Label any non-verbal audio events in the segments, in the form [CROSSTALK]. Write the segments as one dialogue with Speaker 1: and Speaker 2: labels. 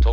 Speaker 1: と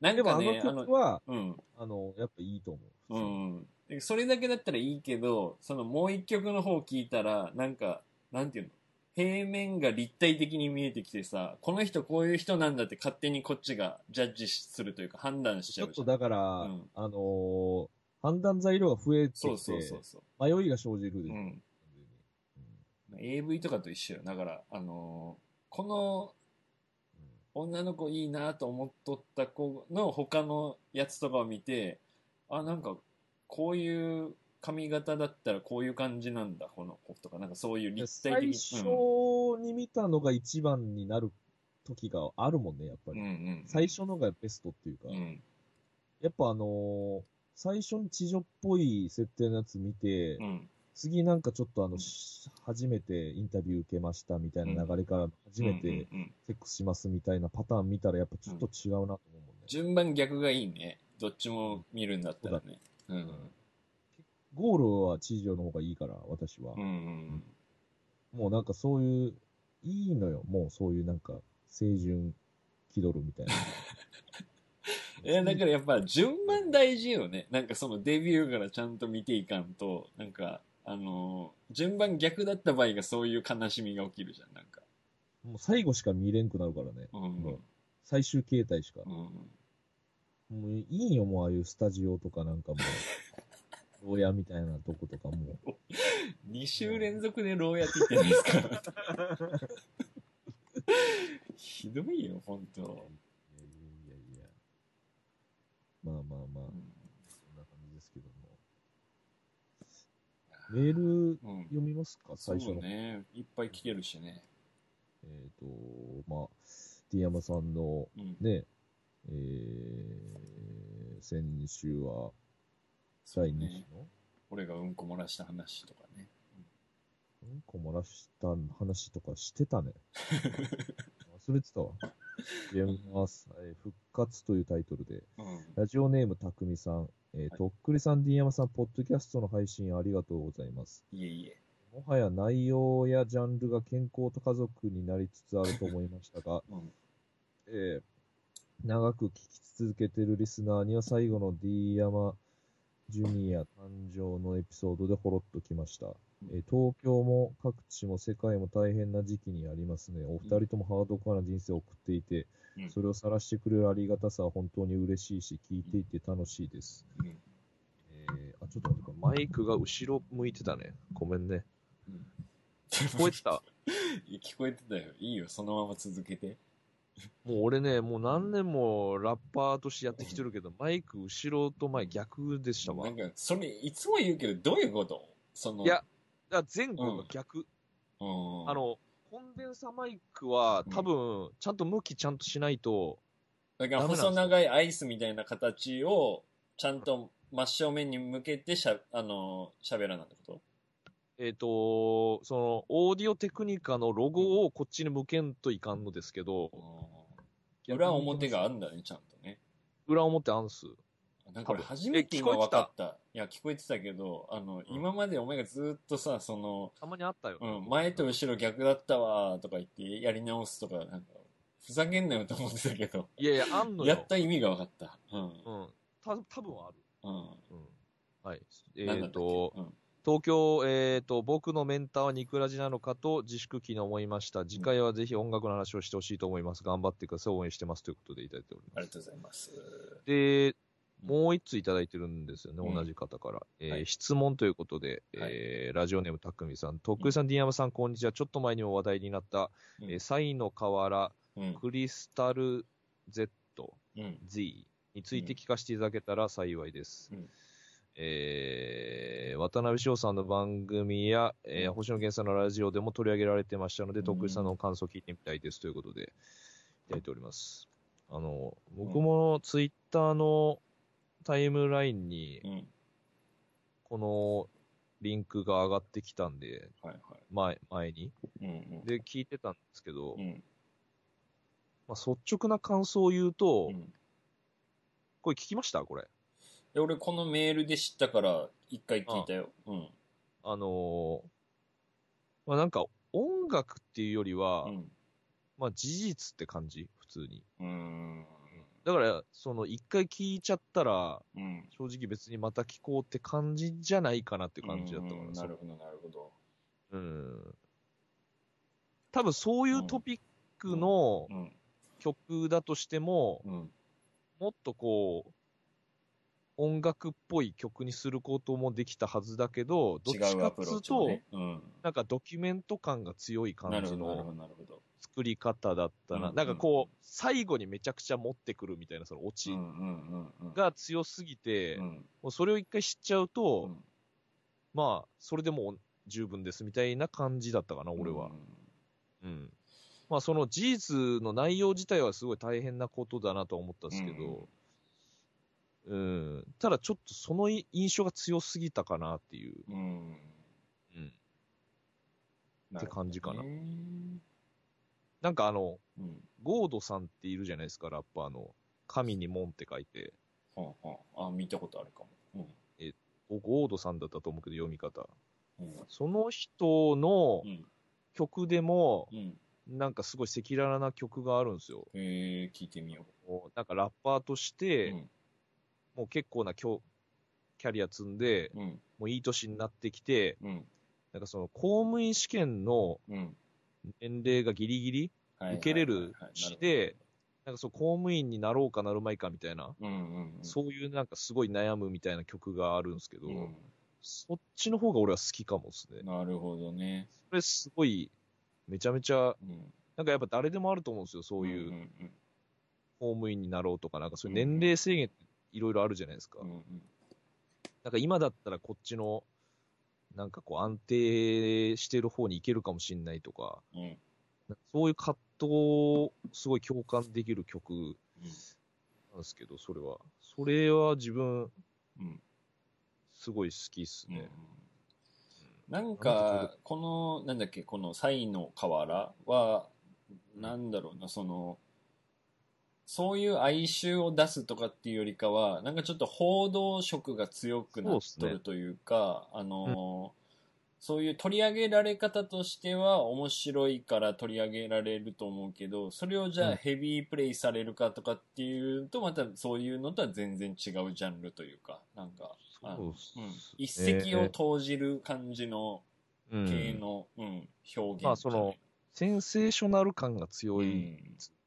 Speaker 2: なん
Speaker 3: でも
Speaker 2: か
Speaker 3: あ
Speaker 2: ね、あ
Speaker 3: の曲
Speaker 2: の、
Speaker 3: は、
Speaker 2: うん。
Speaker 3: あの、やっぱいいと思う。
Speaker 2: うん。でそれだけだったらいいけど、そのもう一曲の方聞いたら、なんか、なんていうの平面が立体的に見えてきてさ、この人こういう人なんだって勝手にこっちがジャッジするというか判断しち
Speaker 3: ち
Speaker 2: ゃ
Speaker 3: ょ
Speaker 2: う
Speaker 3: っ
Speaker 2: じゃ
Speaker 3: と
Speaker 2: ん
Speaker 3: だから、
Speaker 2: ん
Speaker 3: あのー判断材料が増えてきて、
Speaker 2: そうそうそうそ
Speaker 3: 迷いが生じるで
Speaker 2: う。
Speaker 3: し
Speaker 2: う
Speaker 3: ょ。うん
Speaker 2: ん。AV とかと一緒よ。だから、あのーこの女の子いいなと思っとった子の他のやつとかを見て、あ、なんか、こういう髪型だったらこういう感じなんだ、この子とか、なんかそういう
Speaker 3: で
Speaker 2: 立体
Speaker 3: 最
Speaker 2: 的
Speaker 3: 初
Speaker 2: うん
Speaker 3: に見たのが一番になる時があるもんね、やっぱり。
Speaker 2: うんうん、
Speaker 3: 最初のがベストっていうか。
Speaker 2: うん
Speaker 3: やっぱあのー最初に地上っぽい設定のやつ見て、
Speaker 2: うん
Speaker 3: 次なんかちょっとあの、
Speaker 2: うん
Speaker 3: し初めてインタビュー受けましたみたいな流れから、初めて
Speaker 2: うんうんうん
Speaker 3: セックスしますみたいなパターン見たらやっぱちょっと違うなと思うもんね。
Speaker 2: 順番逆がいいねどっちも見るんだったらねうん
Speaker 3: ゴールは地上の方がいいから、私は。
Speaker 2: うんうん
Speaker 3: もうなんかそういう、いいのよ。もうそういうなんか、清純気取るみた
Speaker 2: [LAUGHS]
Speaker 3: いな。
Speaker 2: いやだからやっぱ順番大事よねなんかそのデビューからちゃんと見ていかんとなんかあのー順番逆だった場合がそういう悲しみが起きるじゃんなんか
Speaker 3: もう最後しか見れんくなるからね。
Speaker 2: うん
Speaker 3: うん最終形態しか。
Speaker 2: うん
Speaker 3: もういいよ、もうああいうスタジオとかなんかもう、牢屋みたいなとことかもう。
Speaker 2: 2週連続で牢屋って言ってないですからひどいよ本当、
Speaker 3: いやいやいやいや。まあまあまあ、
Speaker 2: う
Speaker 3: そ
Speaker 2: ん
Speaker 3: んな感じですけども。メール
Speaker 2: うん、
Speaker 3: 読みますか、
Speaker 2: そ
Speaker 3: 最
Speaker 2: う
Speaker 3: 初の。
Speaker 2: ねいっぱい来てるしね
Speaker 3: えっ、と、まあ、ディヤマさんの
Speaker 2: うん
Speaker 3: ね、えー、先週は、第2
Speaker 2: ね
Speaker 3: 子の、
Speaker 2: 俺がうんこ漏らした話とかね。
Speaker 3: うんこ漏らした話とかしてたね。忘れてたわ。読みます。えー復活というタイトルで、
Speaker 2: うん。
Speaker 3: ラジオネームたくみさん、えーとっくりさん、D 山さん、ポッドキャストの配信ありがとうございます。
Speaker 2: いえいえ。
Speaker 3: もはや内容やジャンルが健康と家族になりつつあると思いましたが、
Speaker 2: うん。
Speaker 3: えー長く聞き続けてるリスナーには最後の D 山ジュニア誕生のエピソードでほろっときました。えー東京も各地も世界も大変な時期にありますね。お二人ともハードコアな人生を送っていて、
Speaker 2: うん
Speaker 3: それを晒してくれるありがたさは本当に嬉しいし、聞いていて楽しいです。
Speaker 2: うん
Speaker 3: えーあ、ちょっと待って、マイクが後ろ向いてたね。ごめんね。
Speaker 2: うん
Speaker 3: 聞こえてた
Speaker 2: [LAUGHS] 聞こえてたよ。いいよ、そのまま続けて。
Speaker 3: もう俺ね、もう何年もラッパーとしてやってきてるけど、マイク後ろと前逆でしたわ。
Speaker 2: ないんか、それ、いつも言うけど、どういうことその、
Speaker 3: や、だから前後が逆。
Speaker 2: うん、
Speaker 3: あ、の、コンデンサマイクは多分、ちゃんと向きちゃんとしないと、
Speaker 2: だから
Speaker 3: ダメなんですよ
Speaker 2: 細長いアイスみたいな形を、ちゃんと真正面に向けてしゃ、あの、喋らないってこ
Speaker 3: えっ、と、その、オーディオテクニカのロゴをこっちに向けんといかんのですけど、
Speaker 2: と、うん、裏表があんだね、ちゃんとね。
Speaker 3: 裏表あんす。
Speaker 2: なんかこれ
Speaker 3: 多分
Speaker 2: 初めて今
Speaker 3: え聞こえ
Speaker 2: 分
Speaker 3: てた
Speaker 2: かった。いや、聞こえてたけど、あの、今までお前がずっとさ、その、
Speaker 3: たまにあったよ。
Speaker 2: うん、前と後ろ逆だったわーとか言ってやり直すとか、なんか、ふざけんなよと思ってたけど、
Speaker 3: いやいや、あんのよ。
Speaker 2: やっと意味が分かった。うん。
Speaker 3: うん。た、多分ある。
Speaker 2: うん。
Speaker 3: うん。はい。えっ、
Speaker 2: なんだったっけ
Speaker 3: と、
Speaker 2: うん
Speaker 3: 東京、えっ、と、僕のメンターはニクラジなのかと自粛期に思いました。次回はぜひ音楽の話をしてほしいと思います。頑張ってください。応援してます。ということでいただいており
Speaker 2: あ
Speaker 3: ま
Speaker 2: り
Speaker 3: す
Speaker 2: が。とうございます。
Speaker 3: で、
Speaker 2: うん
Speaker 3: もう一ついただいてるんですよね、
Speaker 2: うん
Speaker 3: 同じ方から。えー
Speaker 2: はい
Speaker 3: 質問ということで、
Speaker 2: はい
Speaker 3: えーラジオネームたくみさん、とっくりさん、ディアマさん、こんにちは。ちょっと前にも話題になった、
Speaker 2: うん
Speaker 3: えーサイの河原、
Speaker 2: うん。
Speaker 3: クリスタル Z、
Speaker 2: うん。
Speaker 3: Z について聞かせていただけたら幸いです。
Speaker 2: うん
Speaker 3: えー渡辺翔さんの番組や、えー
Speaker 2: うん
Speaker 3: 星野源さんのラジオでも取り上げられてましたので、
Speaker 2: うん
Speaker 3: とっくりさんの感想を聞いてみたいですということで、いただいております。あの、僕もツイッターのタイムラインに
Speaker 2: うん。
Speaker 3: このリンクが上がってきたんで、
Speaker 2: はいは
Speaker 3: 前、前に。
Speaker 2: い。うん
Speaker 3: で、聞いてたんですけど、
Speaker 2: うん。うん。
Speaker 3: まあ、率直な感想を言うと、
Speaker 2: うん
Speaker 3: これ聞きましたこれ。
Speaker 2: で、俺このメールで知ったから、一回聞いたよ。うん。
Speaker 3: あのーまあなんか音楽っていうよりは、
Speaker 2: うん。
Speaker 3: まあ事実って感じ、普通に。
Speaker 2: うん。
Speaker 3: だから、その一回聞いちゃったら、
Speaker 2: うん。
Speaker 3: 正直別にまた聞こうって感じじゃないかなって感じだったか
Speaker 2: うん
Speaker 3: ら
Speaker 2: な
Speaker 3: そ
Speaker 2: るほど、なるほど。
Speaker 3: ううん。多分そういうトピックの
Speaker 2: うん。
Speaker 3: 曲だとしても、
Speaker 2: うん。
Speaker 3: もっとこう、音楽っぽい曲にすることもできたはずだけど、どっ
Speaker 2: 違
Speaker 3: ちか
Speaker 2: うア
Speaker 3: っ
Speaker 2: プロ
Speaker 3: つ
Speaker 2: ー
Speaker 3: う
Speaker 2: チの
Speaker 3: と、
Speaker 2: ね。うん。
Speaker 3: なんかドキュメント感が強い
Speaker 2: な
Speaker 3: 感
Speaker 2: る
Speaker 3: じ
Speaker 2: ほど、なる
Speaker 3: の
Speaker 2: ほど、なるほど。
Speaker 3: 作り方だったな、
Speaker 2: うん
Speaker 3: なんかこう、最後にめちゃくちゃ持ってくるみたいな、そのオ
Speaker 2: う
Speaker 3: チ
Speaker 2: んうんうんうん。
Speaker 3: が強すぎて、
Speaker 2: うん、
Speaker 3: もうそれを一回知っちゃうと、
Speaker 2: うん
Speaker 3: まあ、それでもう十分ですみたいな感じだったかな、俺は。うん。まあ、その事実の内容自体はすごい大変なことだなとは思ったんですけど、うん、ただちょっとそのい印象が強すぎたかなっていう、
Speaker 2: うん。うん。
Speaker 3: うん、っ
Speaker 2: な
Speaker 3: て
Speaker 2: るほど
Speaker 3: 感じかな。
Speaker 2: ね
Speaker 3: なんかあの、
Speaker 2: うん。
Speaker 3: ゴードさんっているじゃないですか、ラッパーの。神に門って書いて。
Speaker 2: はあ、はあ、あ、見たことあるかも。
Speaker 3: ゴードさんだったと思うけど、読み方。
Speaker 2: うん。うん。
Speaker 3: その人の
Speaker 2: うん。
Speaker 3: 曲でも、
Speaker 2: うん。
Speaker 3: なんかすごい赤裸々な曲があるんですよ。
Speaker 2: へえ、聞いてみよ
Speaker 3: もうなんかラッパーとし
Speaker 2: う。
Speaker 3: て、
Speaker 2: うん。
Speaker 3: もう結構なキョキャリア積んで、
Speaker 2: うん。
Speaker 3: もういい年になってきて、
Speaker 2: うん。
Speaker 3: なんかその公務員試験の
Speaker 2: うん。
Speaker 3: 年齢がギリギリ、
Speaker 2: はいはいはいはい
Speaker 3: 受けれるし、
Speaker 2: なる
Speaker 3: でなんかそう公務員になろうかなるまいかみたいな、
Speaker 2: ほどうんうんうん、
Speaker 3: そういうなんかすごい悩むみたいな曲があるんですけど、
Speaker 2: うん
Speaker 3: そっちの方が俺は好きかもですね。
Speaker 2: なるほどね。
Speaker 3: それすごい、めちゃめちゃ、
Speaker 2: うん、
Speaker 3: なんかやっぱ誰でもあると思うんですよ、そういう。
Speaker 2: んん
Speaker 3: 公務員になろうとか、なんかそういう
Speaker 2: うん
Speaker 3: 年齢制限っていろいろあるじゃないですか。
Speaker 2: うんうん
Speaker 3: なんか今だったらこっちの、なんかこう安定してる方に行けるかもしれないとか、
Speaker 2: うんうん
Speaker 3: なんかそういう葛藤をすごい共感できる曲なんですけど、それは。それは自分、
Speaker 2: うん
Speaker 3: すごい好きっす
Speaker 2: うん
Speaker 3: ね。
Speaker 2: なんか、この、なんだっけ、この、サイの河原は、なんだろうな、その、そういう哀愁を出すとかっていうよりかは、なんかちょっと報道色が強くな
Speaker 3: そ
Speaker 2: っ
Speaker 3: うっ
Speaker 2: と
Speaker 3: す
Speaker 2: る
Speaker 3: ね
Speaker 2: というか、あのーそういう取り上げられ方としては面白いから取り上げられると思うけど、それをじゃ
Speaker 3: う
Speaker 2: あ
Speaker 3: ん
Speaker 2: ヘビープレイされるかとかっていうと、またそういうのとは全然違うジャンルというか、なんか、あ
Speaker 3: そうっす
Speaker 2: う
Speaker 3: ね
Speaker 2: ん、一石を投じる感じの
Speaker 3: うん
Speaker 2: 系の、うん、表現。
Speaker 3: まあその、センセーショナル感が強
Speaker 2: う
Speaker 3: い
Speaker 2: ん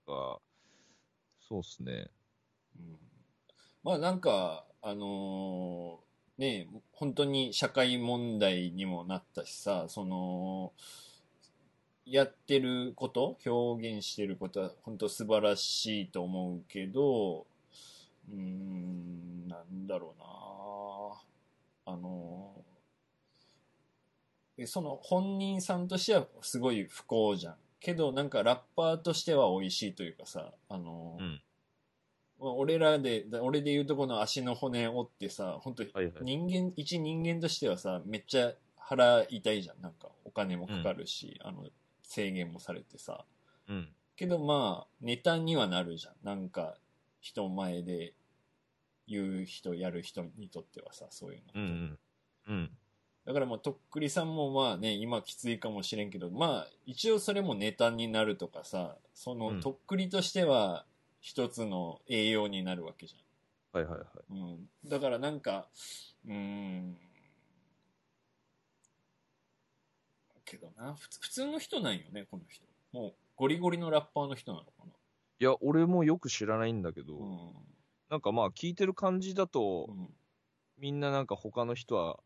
Speaker 3: とか、そうっすね。
Speaker 2: うんまあなんか、あのーねえ、本当に社会問題にもなったしさ、その、やってること、表現してることは本当素晴らしいと思うけど、うーん、なんだろうなあのーえその本人さんとしてはすごい不幸じゃん。けどなんかラッパーとしては美味しいというかさ、あのー
Speaker 3: うん
Speaker 2: まあ俺らで、だ俺で言うとこの足の骨折ってさ、本当
Speaker 3: はいはい
Speaker 2: 人間、一人間としてはさ、めっちゃ腹痛いじゃん。なんかお金もかかるし、あの、制限もされてさ。
Speaker 3: うん。
Speaker 2: けどまあ、ネタにはなるじゃん。なんか、人前で言う人、やる人にとってはさ、そういうのって。
Speaker 3: うん。うん。
Speaker 2: だからまあ、とっくりさんもまあね、今きついかもしれんけど、まあ、一応それもネタになるとかさ、そ
Speaker 3: うん
Speaker 2: の、とっくりとしては、一つの栄養になるわけじゃ
Speaker 3: は
Speaker 2: ん。
Speaker 3: いはいはい。
Speaker 2: うん、だからなんか、うーん。けどな、ふつ普通の人なんよね、この人。もう、ゴリゴリのラッパーの人なのか
Speaker 3: いや、俺もよく知らないんだけど、
Speaker 2: な。うん。
Speaker 3: なんかまあ聞いてる感じだと、
Speaker 2: うん、
Speaker 3: みんななんか他の人は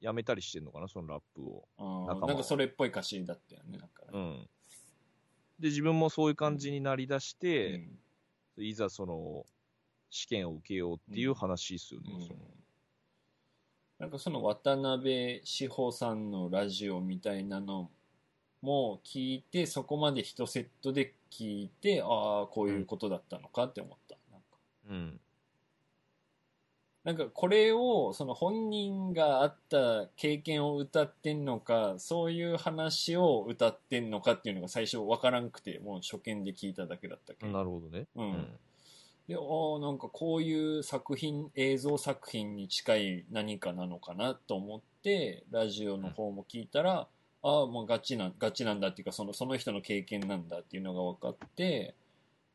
Speaker 3: やめたりしてんのかな、そのラップを。
Speaker 2: あ
Speaker 3: 仲
Speaker 2: ー
Speaker 3: 間
Speaker 2: なんかそれっぽい歌詞だったよね、なんかね。
Speaker 3: うん。で、自分もそういう感じになりだし
Speaker 2: う
Speaker 3: て、
Speaker 2: ん
Speaker 3: いざその、試験を受けようっていう話っすよね、
Speaker 2: うん
Speaker 3: その。
Speaker 2: なんかその渡辺志保さんのラジオみたいなのも聞いて、そこまで一セットで聞いて、ああ、こういうことだったのかって思った。なんか
Speaker 3: うん。
Speaker 2: なんかこれをその本人があった経験を歌ってんのか、そういう話を歌ってんのかっていうのが最初分からんくて、もう初見で聞いただけだったけど。
Speaker 3: なるほどね。
Speaker 2: う。
Speaker 3: うん
Speaker 2: で、ああ、なんかこういう作品、映像作品に近い何かなのかなと思って、ラジオの方も聞いたら、ああ、もうガチな、ガチなんだっていうか、その、その人の経験なんだっていうのが分かって、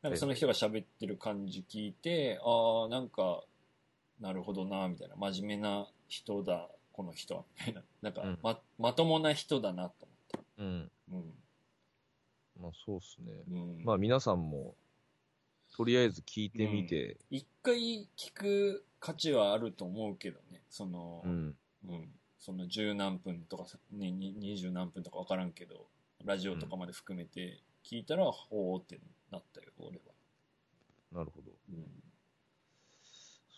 Speaker 2: なんかその人が喋ってる感じ聞いて、ああ、なんか、なるほどな、みたいな、真面目な人だ、この人は、
Speaker 3: [LAUGHS]
Speaker 2: みたいな、なんか
Speaker 3: うん、
Speaker 2: ま、まともな人だなと
Speaker 3: うん。
Speaker 2: 思っ
Speaker 3: まあそうっすね。
Speaker 2: た。うん。うん。
Speaker 3: まあ皆さんも、とりあえず聞いてみて、
Speaker 2: 一回聞く価値はあると思うけどね、その、
Speaker 3: うん。
Speaker 2: うん、その十何分とかさ、ね、に二十何分とか分からんけどラジオとかまで含めて聞いたら、ほーってなったよ俺は、
Speaker 3: なるほど。
Speaker 2: うん、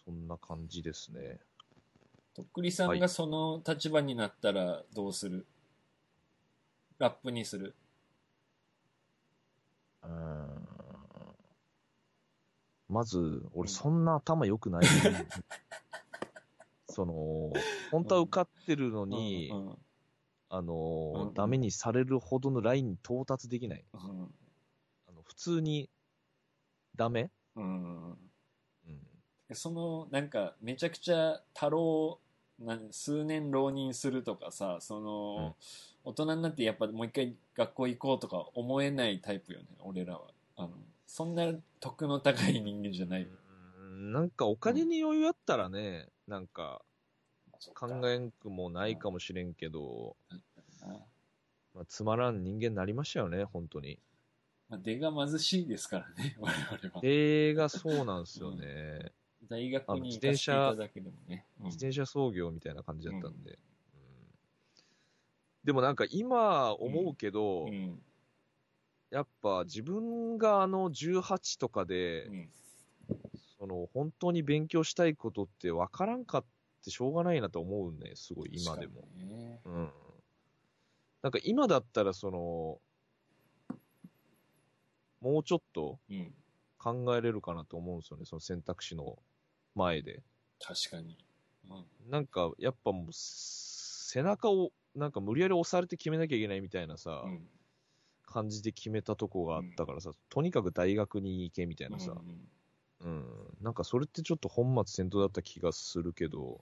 Speaker 3: そんな感じですね。
Speaker 2: とっくりさん
Speaker 3: は
Speaker 2: がその立場になったらどうする、ラップにする
Speaker 3: うーんまず、俺そんな頭良くない。その、本当は受かってるのに
Speaker 2: う、ん
Speaker 3: あ
Speaker 2: うん
Speaker 3: の
Speaker 2: う、ん
Speaker 3: ダメにされるほどのラインに到達できない。
Speaker 2: うん
Speaker 3: あの普通に、ダメ
Speaker 2: うんうん
Speaker 3: うん。
Speaker 2: そのなんかめちゃくちゃ多浪なん数年浪人するとかさその、大人になってやっぱもう一回学校行こうとか思えないタイプよね俺らはあのそんな得の高い人間じゃない、
Speaker 3: うんなんかお金に余裕あったらね、なんか考
Speaker 2: え
Speaker 3: えんくもないかもしれんけど、
Speaker 2: ま
Speaker 3: まあ、つまらん人間になりましたよね、本当に。
Speaker 2: あ、出が貧しいですからね [LAUGHS] 我々は
Speaker 3: 映画そうなんですよね。
Speaker 2: 大学
Speaker 3: あの
Speaker 2: に
Speaker 3: 自
Speaker 2: 行か
Speaker 3: 転
Speaker 2: せてい
Speaker 3: 車
Speaker 2: ただけでもね、うん
Speaker 3: 自転車操業みたいな感じだったんで。うんでもなんか今思うけど、
Speaker 2: うん
Speaker 3: やっぱ自分があの18とかで、
Speaker 2: うん
Speaker 3: その本当に勉強したいことって分からんかってしょうがないなと思うね、すごい今でも。
Speaker 2: 確かにね
Speaker 3: うん。なんか今だったらその、もうちょっと
Speaker 2: うん
Speaker 3: 考えれるかなと思うんですよね、その選択肢の前で。
Speaker 2: 確かに、うん
Speaker 3: なんか、やっぱもう、背中を、なんか無理やり押されて決めなきゃいけないみたいなさ、
Speaker 2: うん
Speaker 3: 感じで決めたとこがあったからさ、とにかく大学に行けみたいなさ、う
Speaker 2: うん
Speaker 3: ん、なんかそれってちょっと本末転倒だった気がするけど、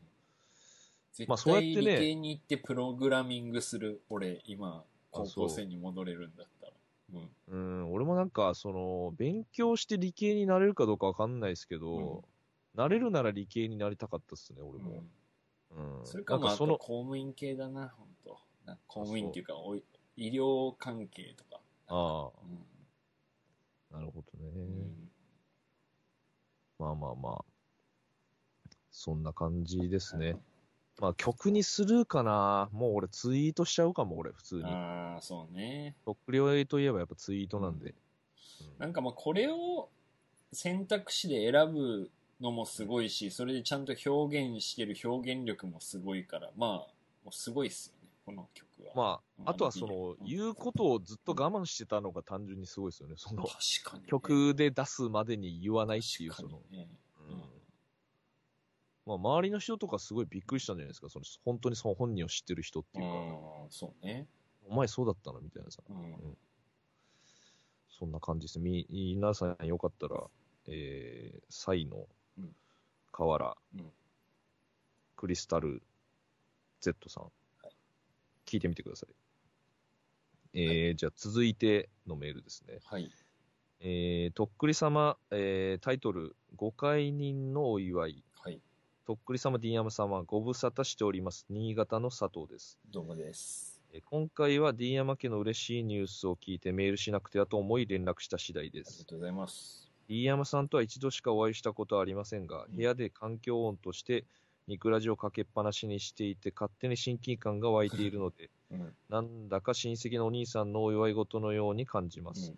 Speaker 2: 絶
Speaker 3: まあそうやっ
Speaker 2: 対
Speaker 3: て
Speaker 2: 理
Speaker 3: ね
Speaker 2: 系に行ってプログラミングする、俺、今、高校生に戻れるんだったら。うん。
Speaker 3: うん、俺もなんか、その、勉強して理系になれるかどうかわかんないですけど、なれるなら理系になりたかったっすね、俺
Speaker 2: う
Speaker 3: も。
Speaker 2: ん
Speaker 3: うん。
Speaker 2: それか
Speaker 3: なん
Speaker 2: まあ、
Speaker 3: か
Speaker 2: あ
Speaker 3: そ
Speaker 2: と
Speaker 3: の
Speaker 2: 公、務員系だな、本当な公務員っていうか、おい医療関係とか。
Speaker 3: あ
Speaker 2: うん
Speaker 3: あ、なるほどね。
Speaker 2: うん
Speaker 3: まあまあまあ。そんな感じですね。まあ曲にするかな。もう俺ツイートしちゃうかも、俺、普通に。
Speaker 2: ああ、そうね。
Speaker 3: とっくりおえといえばやっぱツイートなんで。う
Speaker 2: なんんかまあ、これを選択肢で選ぶのもすごいし、それでちゃんと表現してる表現力もすごいから、まあ、もうすごいっすよね、この曲は。
Speaker 3: まあ、あとはその、
Speaker 2: うん
Speaker 3: 言うことをずっと我慢してたのが単純にすごいですよね。その、
Speaker 2: 確かにね、
Speaker 3: 曲で出すまでに言わないっていう、そ
Speaker 2: 確か
Speaker 3: の。
Speaker 2: にね
Speaker 3: うんまあ、周りの人とかすごいびっくりしたんじゃないですか。その、本当にその本人を知ってる人っていうか、
Speaker 2: うんそうね。
Speaker 3: お前そうだったのみたいなさ。
Speaker 2: うん
Speaker 3: そんな感じです。み、皆さんよかったら、えー、サイの
Speaker 2: うん、
Speaker 3: 河原、
Speaker 2: うん
Speaker 3: クリスタル Z さん、聞いてみてください。えーじゃあ続いてのメールですね。
Speaker 2: はい。
Speaker 3: えー、とっくり様、えー、タイトル、ご解任のお祝い。
Speaker 2: はい。
Speaker 3: とっくり様、ディアム様、ご無沙汰しております。新潟の佐藤です。
Speaker 2: どうもです。
Speaker 3: えー今回は D 山家の嬉しいニュースを聞いてメールしなくてはと思い連絡した次第で
Speaker 2: あり
Speaker 3: す
Speaker 2: が。とうございます。
Speaker 3: 飯山さんとは一度しかお会いしたことはありませんが、
Speaker 2: うん
Speaker 3: 部屋で環境音として、ニクラジをかけっぱなしにしていて、勝手に親近感が湧いているの
Speaker 2: [LAUGHS]
Speaker 3: で、
Speaker 2: うん。
Speaker 3: なんだか親戚のお兄さんのお祝い事のように感じます。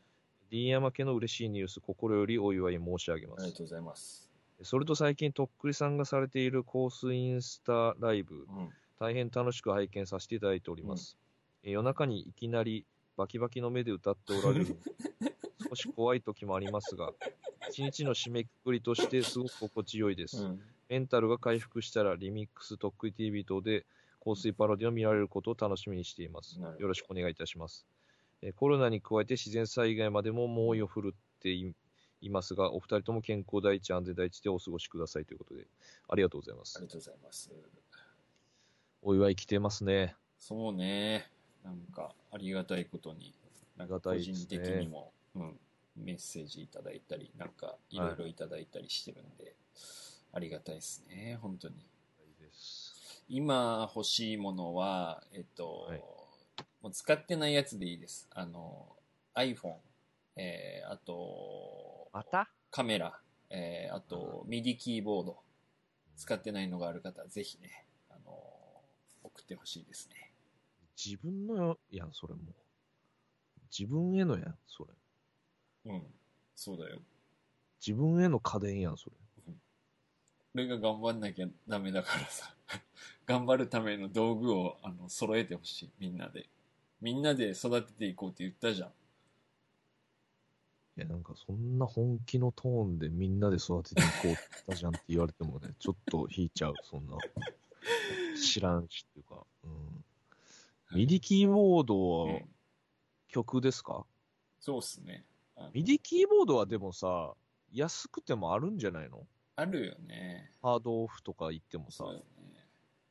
Speaker 3: 飯山家の嬉しいニュース、心よりお祝い申し上げま
Speaker 2: あり
Speaker 3: す
Speaker 2: が。とうございます。
Speaker 3: それと最近、とっくりさんがされているコースインスタライブ
Speaker 2: う、ん。
Speaker 3: 大変楽しく拝見させていただいております。え夜中にいきなりバキバキの目で歌っておられ
Speaker 2: [LAUGHS]
Speaker 3: る少し怖い時もありますが、一日の締めくくりとしてすごく心地よいです。
Speaker 2: うん。
Speaker 3: メンタルが回復したらリミックスとっくり TV 等で香水パロディを見られることを楽しみにしています。
Speaker 2: な
Speaker 3: よ
Speaker 2: るほど
Speaker 3: ろしくお願いいたします。えーコロナに加えて自然災害までも猛威を振るっていいますが、お二人とも健康第一、安全第一でお過ごしくださいということで、ありがとうございま
Speaker 2: あ
Speaker 3: す
Speaker 2: り。がとうございます。
Speaker 3: お祝い来てますね。
Speaker 2: そうね。なんか、ありがたいことに、なんか個
Speaker 3: ありがた
Speaker 2: 人
Speaker 3: いですね
Speaker 2: 的にも、うん。メッセージいただいたり、なんか、いろいろいただいたりしてるんで、ありがたいですね、本当に。
Speaker 3: です。
Speaker 2: 今欲しいものは、えっと、
Speaker 3: はい
Speaker 2: もう使ってないやつでいいです。あの、iPhone、えー、あと、
Speaker 3: また
Speaker 2: カメラ、えー、あと、ミディキーボード、使ってないのがある方、ぜひね、あの、送ってほしいですね。
Speaker 3: 自分のやん、それもう。自分へのやん、それ。
Speaker 2: うん。そうだよ。
Speaker 3: 自分への家電やん、それ。
Speaker 2: 俺が頑張んなきゃダメだからさ、 [LAUGHS] 頑張るための道具を、あの、揃えてほしい、みんなで。みんなで育てていこうって言ったじゃん。
Speaker 3: いや、なんかそんな本気のトーンでみんなで育てていこうって言ったじゃんって言われても
Speaker 2: [LAUGHS]
Speaker 3: ね、ちょっと引いちゃう、そんな。知らんしっていうか。うん。ミディキーボード
Speaker 2: う
Speaker 3: は
Speaker 2: ん
Speaker 3: 曲ですか、
Speaker 2: そうっすね。あの
Speaker 3: ミディキーボードはでもさ、安くてもあるんじゃないの
Speaker 2: あるよね。
Speaker 3: ハードオフとか行ってもさ。
Speaker 2: そうだよ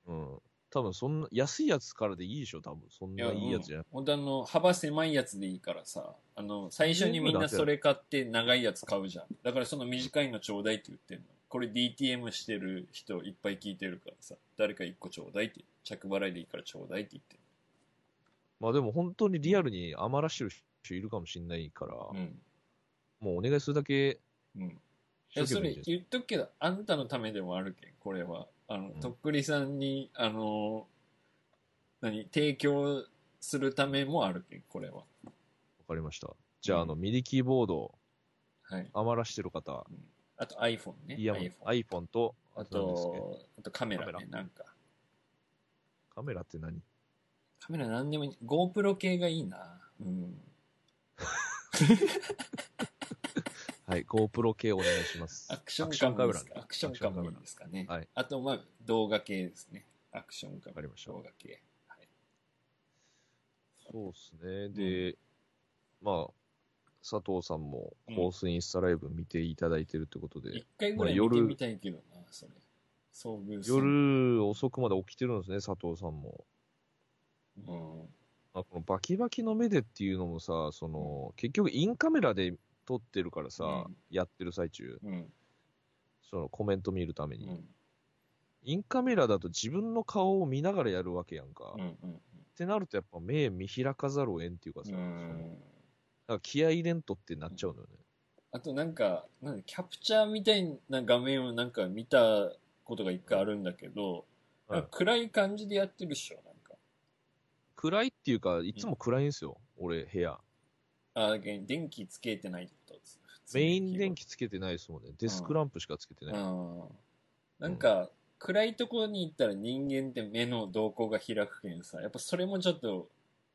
Speaker 3: うん。多分そんな、安いやつからでいいでしょ、多分。そん
Speaker 2: ね。
Speaker 3: ないいやつじゃ
Speaker 2: うん
Speaker 3: な
Speaker 2: ほんとあの、幅狭いやつでいいからさ、あの、最初にみんなそれ買って長いやつ買うじゃん。だからその短いのちょうだいって言ってんの。これ DTM してる人いっぱい聞いてるからさ、誰か一個ちょうだいって、着払いでいいからちょうだいって言ってん
Speaker 3: まあでも本当にリアルに余らしてる人いるかもしれないから、
Speaker 2: のうん。
Speaker 3: もうお願いするだけ
Speaker 2: うん。
Speaker 3: し
Speaker 2: いや
Speaker 3: とけ
Speaker 2: そ
Speaker 3: ばいいん
Speaker 2: れ
Speaker 3: じゃない
Speaker 2: 言っとくけど、あんたのためでもあるけん、これは。あの、
Speaker 3: うん
Speaker 2: とっくりさんに、あの、何、提供するためもあるけん、これは。
Speaker 3: わかりました。じゃあ、
Speaker 2: うん
Speaker 3: あの、ミディキーボード
Speaker 2: はい。
Speaker 3: 余らしてる方、
Speaker 2: あと iPhone ね。
Speaker 3: いや、
Speaker 2: iPhone。
Speaker 3: iPhone と、
Speaker 2: あ
Speaker 3: 何ですっけ
Speaker 2: と、あとカメラね
Speaker 3: カメ
Speaker 2: なんか。
Speaker 3: カメラって何
Speaker 2: カメラなんでもいい。GoPro 系がいいな。うん。
Speaker 3: はい、GoPro 系お願いします。
Speaker 2: アクションカメラですか。ア
Speaker 3: ア
Speaker 2: ク
Speaker 3: ク
Speaker 2: シ
Speaker 3: シ
Speaker 2: ョ
Speaker 3: ョ
Speaker 2: ン
Speaker 3: ン
Speaker 2: カ
Speaker 3: カメ
Speaker 2: メ
Speaker 3: ラ
Speaker 2: ラですかね。
Speaker 3: はい
Speaker 2: あと、まあ、動画系ですね。アクションカ
Speaker 3: わかり。
Speaker 2: メラ
Speaker 3: ました
Speaker 2: 動画系。はい。
Speaker 3: そうですね。で、まあ、佐藤さんもコースインスタライブ見ていただいてるってことで、
Speaker 2: 一回ぐらい見てみたいけどな、それ。遭遇する。
Speaker 3: 夜遅くまで起きてるんですね、佐藤さんも。
Speaker 2: うん。
Speaker 3: まあ、このバキバキの目でっていうのもさ、その、結局インカメラで撮ってるからさ、
Speaker 2: うん
Speaker 3: やってる最中、
Speaker 2: うん。
Speaker 3: そのコメント見るため
Speaker 2: う
Speaker 3: に、
Speaker 2: ん。
Speaker 3: インカメラだと自分の顔を見ながらやるわけやんか。
Speaker 2: う
Speaker 3: っ
Speaker 2: ん。うん。
Speaker 3: てなるとやっぱ目見開かざるを得んっていうかさ、
Speaker 2: う
Speaker 3: そのなん
Speaker 2: ん。
Speaker 3: か気合い入れんとってなっちゃうのよね。
Speaker 2: あとなんか、なんかキャプチャーみたいな画面をなんか見たことが一回あるんだけど、
Speaker 3: うん
Speaker 2: なんか暗い感じでやってるっしょ、なんか。
Speaker 3: 暗いっていうか、いつも暗いんですよ、俺部屋。
Speaker 2: あ、だけど電気つけてないってことです。普通
Speaker 3: メ
Speaker 2: に
Speaker 3: イン電気つけてないですもんね。デスクランプしかつけて
Speaker 2: う
Speaker 3: ない。
Speaker 2: ん。なんか、暗いところに行ったら人間って目の動向が開くけんさ、やっぱそれもちょっと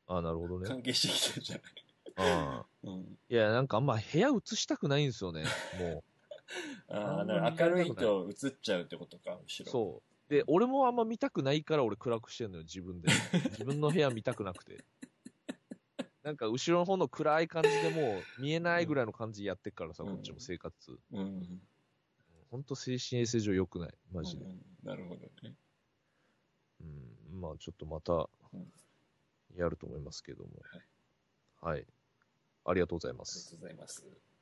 Speaker 3: ああ、なるほどね。
Speaker 2: 関係してきてるじゃない。
Speaker 3: ああ
Speaker 2: うん。
Speaker 3: いや、なんかあんま部屋映したくないんですよね、も
Speaker 2: あ
Speaker 3: あ
Speaker 2: あ、
Speaker 3: ん
Speaker 2: だ
Speaker 3: ま
Speaker 2: から
Speaker 3: り
Speaker 2: 明るいと映っちゃうってことか、むし
Speaker 3: う。
Speaker 2: ろ。
Speaker 3: そう。で、俺もあんま見たくないから俺暗くしてんのよ、自
Speaker 2: [LAUGHS]
Speaker 3: 分で。自分の部屋見たくなくて。なんか後ろの方の暗い感じでもう見えないぐらいの感じでやってっからさ、
Speaker 2: うん
Speaker 3: こっちも生活。
Speaker 2: う。うん。
Speaker 3: ほんと精神衛生上良くない、マジで。
Speaker 2: うんなるほどね。
Speaker 3: うん、まあちょっとまた
Speaker 2: うん、
Speaker 3: やると思いますけども。はい。ありがとうございま
Speaker 2: ありが
Speaker 3: す
Speaker 2: と。うございます。